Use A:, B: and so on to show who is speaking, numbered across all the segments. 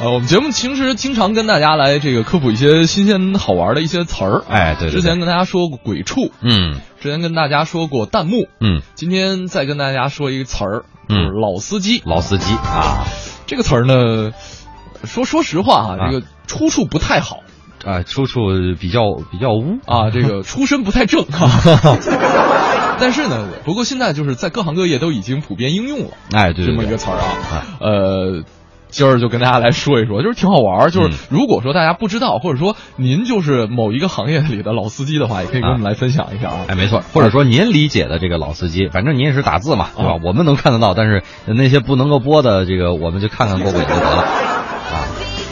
A: 呃，我们节目其实经常跟大家来这个科普一些新鲜好玩的一些词儿。啊
B: 哎对对对
A: 之前跟大家说过鬼畜，
B: 嗯
A: 之前跟大家说过弹幕，
B: 嗯，
A: 今天再跟大家说一个词儿，就是
B: 嗯
A: 老司机。
B: 老司机啊
A: 这个词儿呢，说说实话啊，这个出处不太好
B: 啊，出处比较比较污
A: 啊，这个出身不太正啊。 但是呢，不过现在就是在各行各业都已经普遍应用了
B: 哎对
A: 这
B: 哎对
A: 么
B: 对
A: 一个词儿啊。呃，今儿就跟大家来说一说，就是挺好玩儿。就是
B: 嗯
A: 如果说大家不知道，或者说您就是某一个行业里的老司机的话，也可以跟我们来分享一下啊。
B: 哎，没错，或者说您理解的这个老司机，反正您也是打字嘛，对吧？我们能看得到，但是那些不能够播的，这个我们就看看过过瘾就得了。啊，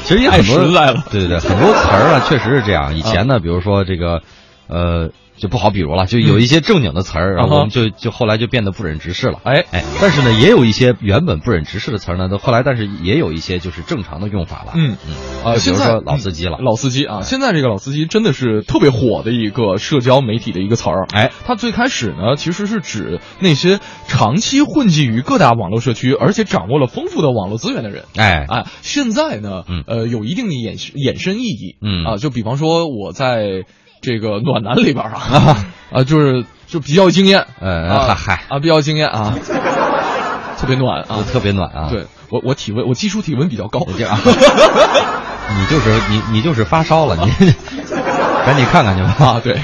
B: 其哎实也很
A: 太
B: 多
A: 实在了
B: 对对对，很多词儿啊，确实是这样。以前呢，比如说这个，呃，就不好比如了，就有一些正经的词儿，
A: 嗯
B: 然后我们就就后来就变得不忍直视了。
A: 哎
B: 哎，但是呢，也有一些原本不忍直视的词儿呢，都后来但是也有一些就是正常的用法了。
A: 嗯
B: 嗯，
A: 呃，
B: 就
A: 现
B: 比如
A: 在
B: 说老司机了哎
A: 嗯。老司机啊，现在这个老司机真的是特别火的一个社交媒体的一个词儿。
B: 哎，
A: 它最开始呢，其实是指那些长期混迹于各大网络社区，而且掌握了丰富的网络资源的人。
B: 哎，
A: 啊，现在呢
B: 嗯，
A: 呃，有一定的衍衍生意义。
B: 嗯
A: 啊，就比方说我在这个暖男里边儿啊，啊，就是就比较惊艳，
B: 呃，嗨
A: 啊
B: 嗨，
A: 啊，比较惊艳啊，特别暖啊
B: 就，特别暖啊。
A: 对我我体温我基础体温比较高，
B: 你这啊，你就是你你就是发烧了， 你赶紧看看去吧。
A: 啊，对，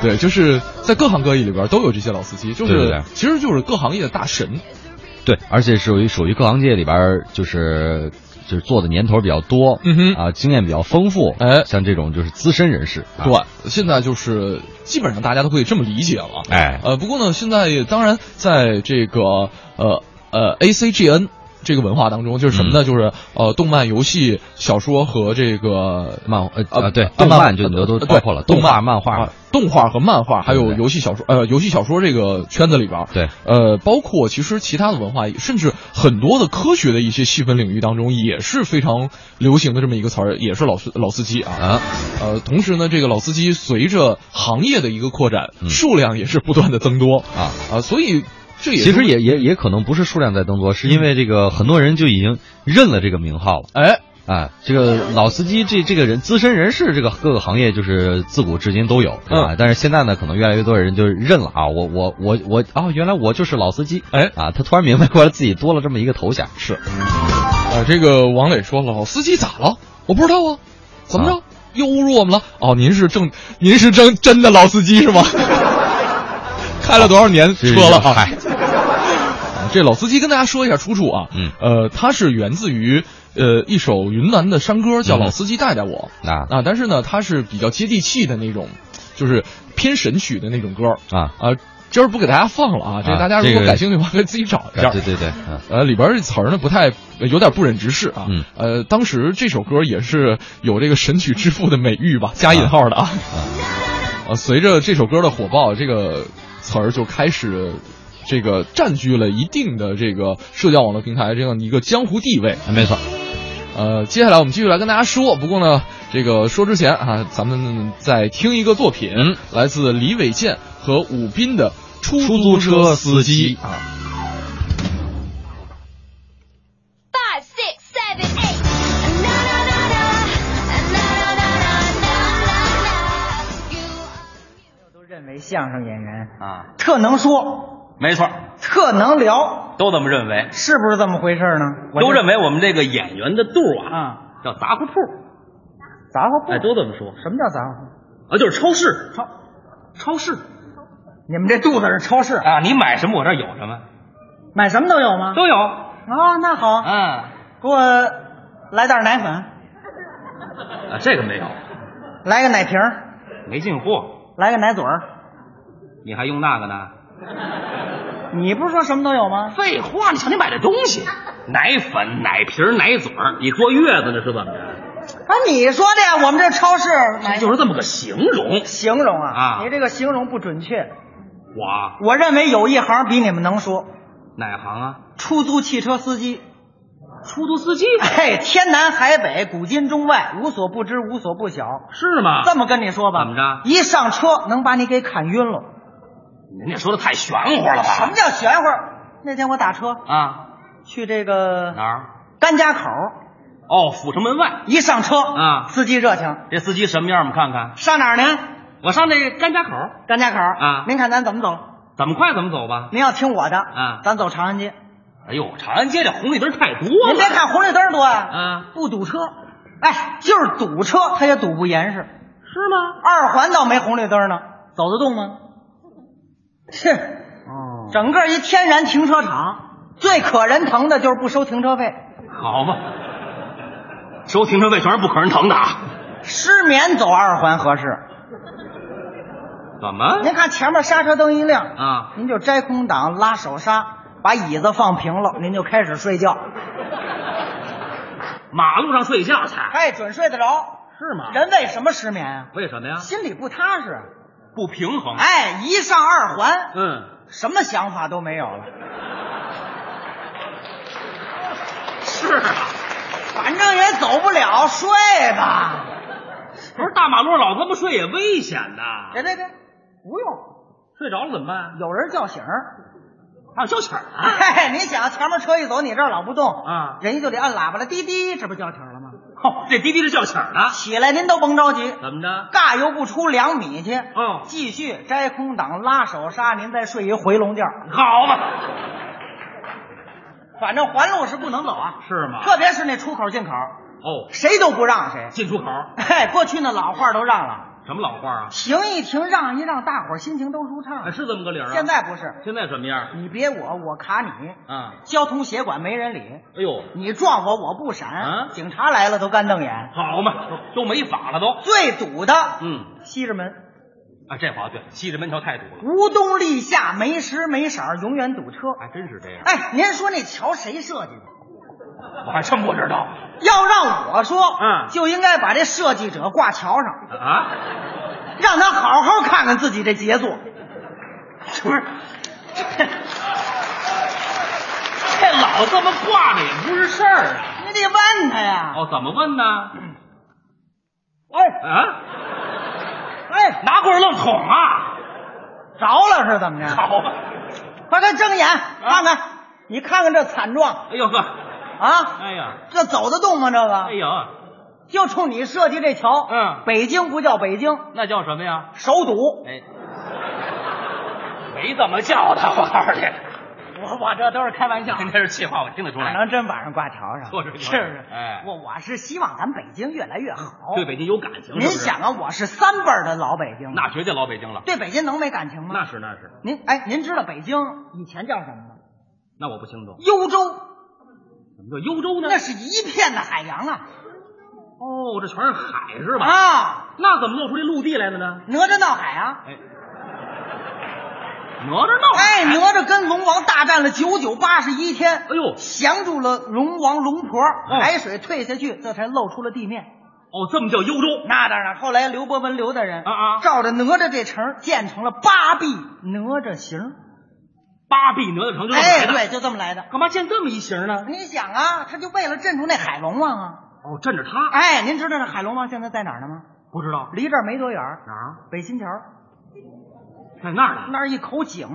A: 对，就是在各行各业里边都有这些老司机，就是
B: 对对对
A: 其实就是各行业的大神。
B: 对，而且属于属于各行界里边儿就是就是做的年头比较多，
A: 嗯哼
B: 啊，经验比较丰富，
A: 哎
B: 像这种就是资深人士，啊，
A: 对，现在就是基本上大家都可以这么理解了。
B: 哎，
A: 呃，不过呢，现在也当然在这个呃呃 A C G N 这个文化当中，就是什么
B: 嗯
A: 呢？就是呃，动漫、游戏、小说和这个
B: 漫呃
A: 呃
B: 啊对
A: 呃，
B: 动漫
A: 漫
B: 就
A: 呃
B: 都都
A: 对
B: 包括了，
A: 动
B: 动画、
A: 漫
B: 漫画
A: 啊，动画和漫画，还
B: 对
A: 有
B: 对对
A: 游戏小说，呃，游戏小说这个圈子里边，
B: 对，
A: 呃，包括其实其他的文化，甚至很多的科学的一些细分领域当中，也是非常流行的这么一个词儿，也是老司老司机啊。
B: 啊，
A: 呃，同时呢，这个老司机随着行业的一个扩展，
B: 嗯
A: 数量也是不断的增多
B: 啊
A: 啊，所以这也
B: 其
A: 是
B: 实也也也可能不是数量在增多，是因为这个很多人就已经认了这个名号了。
A: 哎
B: 啊，这个老司机这这个人资深人士，这个各个行业就是自古至今都有，对
C: 嗯
B: 吧？但是现在呢，可能越来越多人就是认了啊，我我我我哦，原来我就是老司机，
A: 哎
B: 啊，他突然明白过来自己多了这么一个头衔，
A: 是，呃，这个王磊说了，老司机咋了？我不知道啊，怎么着、
B: 啊
A: 又侮辱我们了？哦，您是正，您是真真的老司机 是吗？开了多少年
B: 是
A: 车了啊？
B: 嗨
A: 啊 这老司机跟大家说一下出处啊，
B: 嗯
A: 呃，它是源自于呃一首云南的山歌，叫《
B: 嗯哼
A: 老司机带带我》
B: 啊
A: 啊，但是呢，它是比较接地气的那种，就是偏神曲的那种歌
B: 啊，
A: 啊。今儿不给大家放了啊，这
B: 啊
A: 大家如
B: 这
A: 果
B: 个
A: 感兴趣的话，可以自己找一下。
B: 对对对，嗯
A: 呃，里边儿这词儿呢不太有点不忍直视啊。
B: 嗯
A: 呃，当时这首歌也是有这个神曲之父的美誉吧，加引号的啊。
B: 啊，
A: 呃，随着这首歌的火爆，这个词儿就开始。这个占据了一定的这个社交网络平台这样的一个江湖地位。
B: 没错，
A: 呃，接下来我们继续来跟大家说。不过呢，这个说之前啊，咱们再听一个作品，
B: 嗯
A: 来自李伟健和武斌的《出
B: 出
A: 租
B: 租车
A: 司
B: 司
A: 机
B: 机》
A: 啊。
D: five, six, seven, eight. Na na na na, na na na na, na na na. You are.
E: 都认为相声演员
C: 啊，
E: 特能说，
C: 没错，
E: 特能聊，
C: 都这么认为，
E: 是不是这么回事呢？
C: 都认
E: 为
C: 为我们这个演员的度啊，
E: 啊，
C: 叫杂货铺，
E: 杂货铺。
C: 哎，都这么说
E: 什么叫杂货铺？
C: 啊，就是超市，超超市
E: 你们这肚子是超市，
C: 啊，你买什么我这儿有什么
E: 买什么都有吗？
C: 都有，
E: 哦，那好，
C: 啊
E: 给我来袋奶粉，
C: 啊，这个没有，
E: 来个奶瓶儿，
C: 没进货，
E: 来个奶嘴儿。
C: 你还用那个呢？
E: 你不是说什么都有吗？
C: 废话，你瞧你买的东西，奶粉、奶瓶、奶嘴儿，你坐月子呢是怎么着？
E: 啊，你说的呀，我们这超市买
C: 哎就是这么个形容，
E: 形容啊，
C: 啊
E: 你这个形容不准确。
C: 我
E: 我认为有一行比你们能说，
C: 哪行啊？
E: 出租汽车司机。
C: 出租司机啊
E: 嘿，哎天南海北，古今中外，无所不知，无所不晓。
C: 是吗？
E: 这么跟你说吧，
C: 啊怎么着
E: 一上车能把你给砍晕了。
C: 人家说的太玄乎哎了
E: 什么
C: 吧？
E: 叫玄乎？那天我打车
C: 啊，
E: 去这个
C: 哪儿？
E: 甘家口，
C: 哦，阜成门外。
E: 一上车
C: 啊
E: 司机热情，
C: 这司机什么样？我们看看。
E: 上哪儿您？
C: 我上这甘家口，
E: 甘家口
C: 啊
E: 您看咱怎么走？
C: 怎么快怎么走吧。
E: 您要听我的
C: 啊
E: 咱走长安街。
C: 哎呦，长安街这红绿灯太多了。
E: 您别看红绿灯多呀，
C: 啊，
E: 不堵车，哎，就是堵车，它也堵不严实。
C: 是吗？
E: 二环倒没红绿灯呢，走得动吗？切，
C: 哦，
E: 整个一天然停车场，最可人疼的就是不收停车费。
C: 好吧，收停车费全是不可人疼的啊。
E: 失眠走二环合适。
C: 怎么
E: 您看前面刹车灯一亮，
C: 啊？
E: 您就摘空挡拉手刹，把椅子放平了，您就开始睡觉。
C: 马路上睡觉去？
E: 哎，准睡得着。
C: 是吗
E: 人为什么失眠啊？
C: 为什么呀？
E: 心里不踏实。啊
C: 不平衡。
E: 哎，一上二环，
C: 嗯，
E: 什么想法都没有了，
C: 是啊，
E: 反正也走不了，睡吧。
C: 不是大马路老这么睡也危险的，
E: 别别别，不用，
C: 睡着了怎么办？
E: 有人叫醒儿。
C: 还有叫醒儿啊？
E: 哎，你想前面车一走，你这儿老不动
C: 啊
E: 人家就得按喇叭了，滴滴，这不叫停了吗？
C: 哦，这滴滴是叫醒儿的，
E: 起来，您都甭着急，
C: 怎么着？
E: 尬游不出两米去，
C: 哦
E: 继续摘空挡拉手刹，您再睡一回笼觉，
C: 好吧，
E: 反正环路是不能走啊，
C: 是吗？
E: 特别是那出口进口，
C: 哦，
E: 谁都不让谁。
C: 进出口
E: 哎，过去那老话都让了，
C: 什么老话啊？
E: 停一停，让一让，大伙儿心情都舒
C: 哎
E: 畅。
C: 是这么个理儿啊？
E: 现在不是，
C: 现在什么样
E: 你别我，我卡你，
C: 啊？
E: 交通协管没人理，
C: 哎呦，
E: 你撞我我不闪，
C: 啊
E: 警察来了都干瞪眼。
C: 好嘛，都没法了都。
E: 最堵的，
C: 嗯，
E: 西直门，
C: 啊，这话对，西直门桥太堵了，
E: 无冬立夏，没时没色儿，永远堵车。
C: 还真是这样。
E: 哎，您说那桥谁设计的？
C: 我还真不知道
E: 要让我说，
C: 嗯
E: 就应该把这设计者挂桥上，
C: 啊，
E: 让他好好看看自己这杰 作。
C: 不是。这老这么挂着也不是事儿啊！
E: 你得问他呀。
C: 哦，怎么问呢？
E: 哎
C: 啊，
E: 哎，
C: 拿棍儿愣捅啊！
E: 着了是怎么着？
C: 好啊吧，
E: 快快睁眼看看，你看看这惨状
C: 哎呦呵，
E: 啊！
C: 哎呀，
E: 这走得动吗？这
C: 哎
E: 个
C: 呀，
E: 就冲你设计这桥，
C: 嗯
E: 北京不叫北京，
C: 那叫什么呀？
E: 首堵。
C: 哎，没怎么叫他，我告诉你，
E: 我我这都是开玩笑
C: 您这是气话，我听得出
E: 哪
C: 来。
E: 能真把人挂桥上？
C: 哎就是就是
E: 是不是？
C: 哎
E: 我我是希望咱北京越来越好。
C: 对北京有感情，
E: 您
C: 是不是
E: 想啊，我是三辈儿的老北京，
C: 那绝对老北京了。
E: 对北京能没感情吗？
C: 那是那是，
E: 您哎，您知道北京以前叫什么吗？
C: 那我不清楚。
E: 幽州，
C: 怎么叫幽州呢？
E: 那是一片的海洋啊
C: 哦，这全是海是吧？
E: 啊！
C: 那怎么露出这陆地来了呢？
E: 哪吒闹海啊！
C: 哎，哪吒闹海 哦
E: 哎，哪吒跟龙王大战了九九八十一天，
C: 哎呦，嗯
E: 降住了龙王龙婆，海水退下去，这才露出了地面。
C: 哦，这么叫幽州
E: 那当然，后来刘伯温刘大人
C: 啊啊
E: 照着哪吒这成建成了八臂哪吒形。
C: 八臂哪吒城就这么
E: 哎，
C: 来的。
E: 对，就这么来的。
C: 干嘛建这么一型呢？
E: 你想啊，他就为了镇住那海龙王啊。
C: 哦，镇着他，
E: 哎，您知道那海龙王现在在哪儿呢吗？
C: 不知道
E: 离这儿没多远儿，
C: 哪儿啊？
E: 北新桥
C: 在那儿呢。
E: 那儿一口井，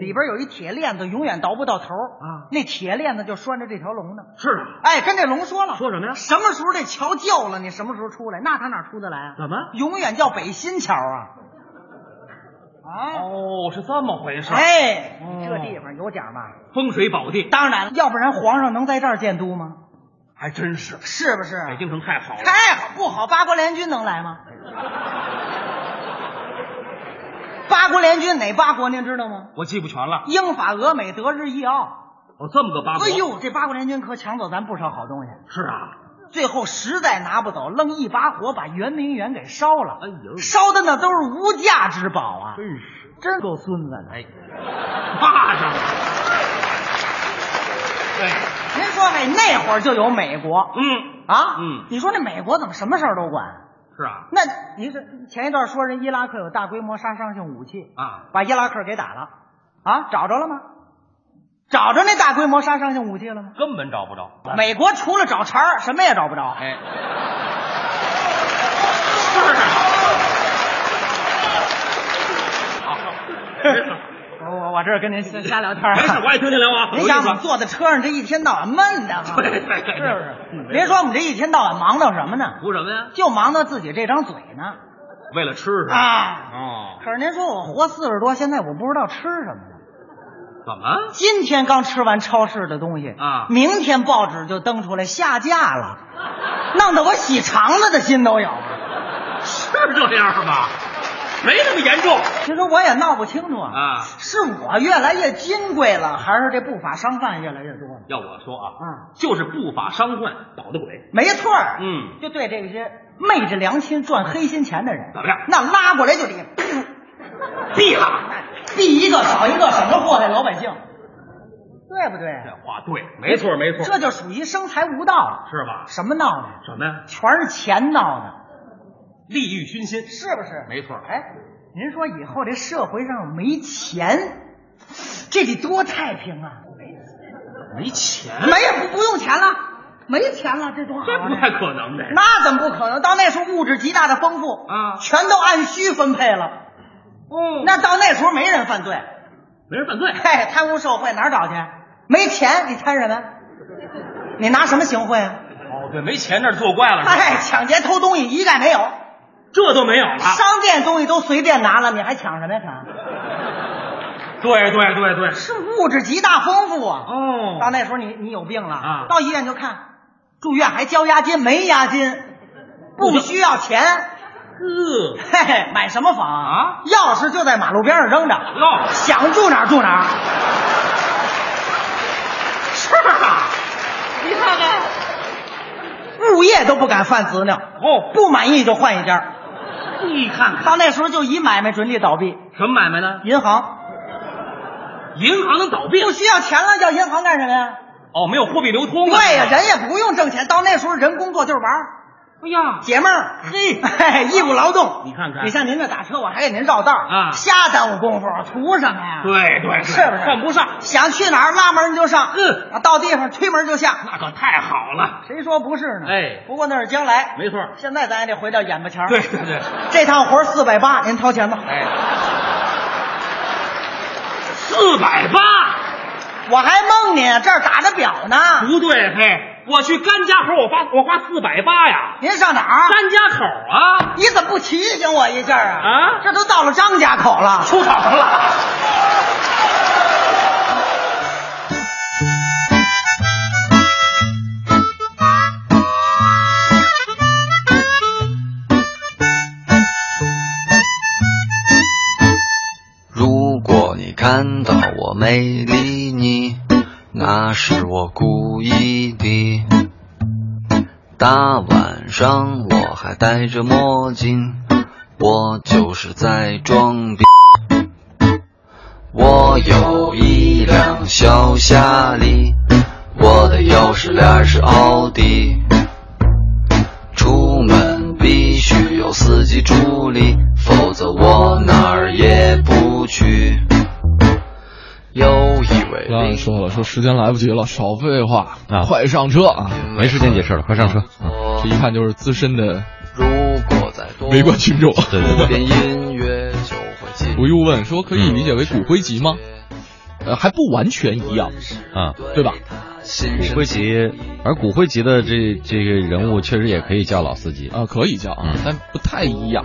E: 里边有一铁链子，永远倒不到头儿
C: 哦啊
E: 那铁链子就拴着这条龙呢。
C: 是啊，
E: 哎，跟这龙说了，
C: 说什么呀
E: 什么时候这桥旧了，你什么时候出来？那他哪出得来啊？
C: 怎么？
E: 永远叫北新桥啊！啊，
C: 哦，是这么回事。，
E: 哎，
C: 哦
E: 这地方有讲吧？
C: 风水宝地，
E: 当然了，要不然皇上能在这儿建都吗？
C: 还真是。
E: 是不是？
C: 北京城太好了，
E: 太好不好？八国联军能来 吗？八国联军哪八国您知道吗？
C: 我记不全了。
E: 英法俄美德日意奥。
C: 哦，这么个八卦。
E: 哎，呦，这八国联军可抢走咱不少好东西，
C: 是啊，
E: 最后实在拿不走，愣一把火把圆明园给烧了。
C: 哎呦
E: 烧的那都是无价之宝啊！
C: 真是。
E: 真够孙子的。
C: 哎，骂上了。对，
E: 您说，哎，那会儿就有美国
C: 嗯，
E: 啊？
C: 嗯
E: 你说那美国怎么什么事儿都管？
C: 是啊，
E: 那你这前一段说人伊拉克有大规模杀伤性武器
C: 啊，
E: 把伊拉克给打了啊？找着了吗？找着那大规模杀伤性武器了吗？
C: 根本找不着。
E: 美国除了找茬儿，什么也找不着。
C: 哎，是啊。好，真是
E: 我我我这是跟您瞎瞎聊天儿啊
C: 没事，我也听您聊啊，有
E: 您
C: 意
E: 想
C: 思
E: 我们
C: 啊。
E: 坐在车上这一天到晚闷的哈，
C: 对对对对
E: 是不
C: 嗯
E: 是？别说我们这一天到晚忙到什么呢，
C: 图什么呀？
E: 就忙到自己这张嘴呢
C: 为了吃是吧？
E: 啊。
C: 哦，
E: 可是您说我活四十多，现在我不知道吃什么了。
C: 怎么？
E: 今天刚吃完超市的东西
C: 啊
E: 明天报纸就登出来下架了，弄得我洗肠子的心都有。
C: 是这样吗？没那么严重
E: 其实我也闹不清楚啊，
C: 啊。
E: 是我越来越金贵了，还是这不法商贩越来越多了？
C: 要我说啊，
E: 啊，
C: 就是不法商贩捣的鬼。
E: 没错儿，
C: 嗯，
E: 就对这些昧着良心赚黑心钱的人，
C: 怎么样
E: 那拉过来就得噗
C: 毙了。
E: 第一个少一个，省着祸害老百姓，对不对？
C: 这话对，没错没错，
E: 这就属于生财无道了。
C: 是吧？
E: 什么闹的？
C: 什么呀？
E: 全是钱闹的，
C: 利欲熏心，
E: 是不是？
C: 没错
E: 哎，您说以后这社会上没钱，这得多太平啊！
C: 没钱，
E: 没不不用钱了，没钱了，这多好
C: 嗯这
E: 啊！
C: 不太可能的。
E: 那怎么不可能？到那时候物质极大的丰富
C: 啊
E: 全都按需分配了。
C: 哦
E: 那到那时候没人犯罪，
C: 没人犯罪，
E: 嘿，贪污受贿哪儿找去？没钱你贪什么？你拿什么行贿啊？
C: 哦，对，没钱那作怪了，是吧
E: 哎，抢劫偷东西一概没有，
C: 啊这都没有了。
E: 商店东西都随便拿了，你还抢什么呀？
C: 啊
E: 抢
C: 对对对对，
E: 是物质极大丰富啊！到
C: 哦，
E: 那时候你你有病了
C: 啊
E: 到医院就看，住院还交押金没押金，
C: 不
E: 不
C: 交
E: 需要钱，
C: 呵，
E: 嘿嘿，买什么房
C: 啊？
E: 钥匙就在马路边上 扔着，
C: 哟，
E: 想住哪儿住哪儿。
C: 是 啊，
E: 你看看，物业都不敢犯子女，
C: 哦，
E: 不满意就换一家。
C: 你看看
E: 到那时候就以买卖准地倒闭，
C: 什么买卖呢？
E: 银行
C: 银行能倒闭
E: 不？需要钱了，要银行干什么呀？
C: 哦，没有货币流通啊。
E: 对呀、人也不用挣钱，到那时候人工作就是玩儿
C: 哎呀，
E: 解闷儿，嘿，嘿，义务劳动。
C: 你看看
E: 你像您这打车，我还给您绕道
C: 啊
E: 瞎耽误功夫，图什么呀？，
C: 对对，
E: 是不是
C: 犯啊不上？
E: 想去哪儿拉门就上，
C: 嗯
E: 啊，到地方推门就下，
C: 那可太好了，
E: 谁说不是呢？
C: 哎
E: 不过那是将来，
C: 没错儿。
E: 现在咱也得回到眼巴前儿。
C: 对对对，
E: 这趟活四百八，您掏钱吧。
C: 哎，四百八，
E: 我还蒙你，这儿打着表呢。
C: 不对，嘿，我去甘家口，我花我花四百八呀，
E: 您上哪儿？
C: 甘家口啊，
E: 你怎么不提醒我一下啊？
C: 啊
E: 这都到了张家口了。
C: 出场了。
F: 如果你看到我没理你，那是我故意的。大晚上我还戴着墨镜，我就是在装逼。我有一辆小夏利，我的钥匙链是奥迪。出门必须有司机助理，否则我哪儿也不去。有一位
A: 刚才
F: 领
A: 说了，说时间来不及了，少废话，
B: 啊
A: 快上车啊！
B: 没时间解释了，快上车。
C: 啊
B: 嗯
A: 这
F: 说
A: 一看就是资深的
F: 如果再多
A: 围观群众。
B: 对对对
F: 点音乐就会进。
A: 不用问，说可以理解为骨灰级吗？呃，还不完全一样。
B: 啊，
A: 对吧？
B: 骨灰级，而骨灰级的这这个人物确实也可以叫老司机。
A: 啊，可以叫啊
B: 嗯，
A: 但不太一样。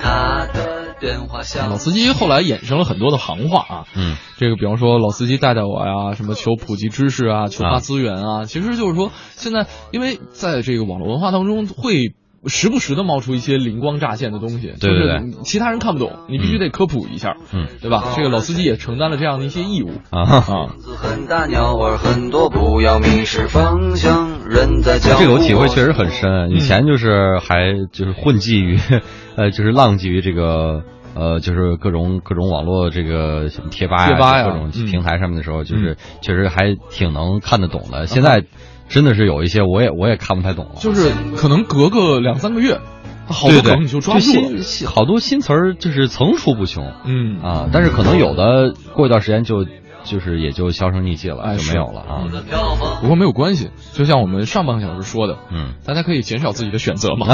F: 他的电话响
A: 老司机后来衍生了很多的行话啊，
B: 嗯，
A: 这个比方说老司机带带我呀，什么求普及知识啊，求发资源啊，其实就是说现在因为在这个网络文化当中会。时不时的冒出一些灵光乍现的东西，
B: 对对对
A: 就是其他人看不懂，你必须得科普一下，
B: 嗯
A: 对吧？这个老司机也承担了这样的一些义务
B: 啊哈
A: 啊，
F: 子很大，鸟儿很多，不要迷失方向。人在脚步
B: 这个我体会确实很。
A: 嗯
B: 深。以前就是还就是混迹于，呃，就是浪迹于这个。呃，就是各种各种网络这个什么贴吧呀、
A: 贴吧呀
B: 各种
A: 嗯啊
B: 平台上面的时候，就是确实还挺能看得懂的。现在真的是有一些我也我也看不太懂了，
A: 就是可能隔个两三个月，好
B: 对
A: 多
B: 对
A: 梗你就抓不住
B: 新
A: 了，
B: 新好多新词儿就是层出不穷
A: 嗯
B: 啊，但是可能有的过一段时间就就是也就销声匿迹了，
A: 哎
B: 就没
A: 是
B: 有了啊。
A: 不过没有关系，就像我们上半个小时说的，
B: 嗯，
A: 大家可以减少自己的选择嘛。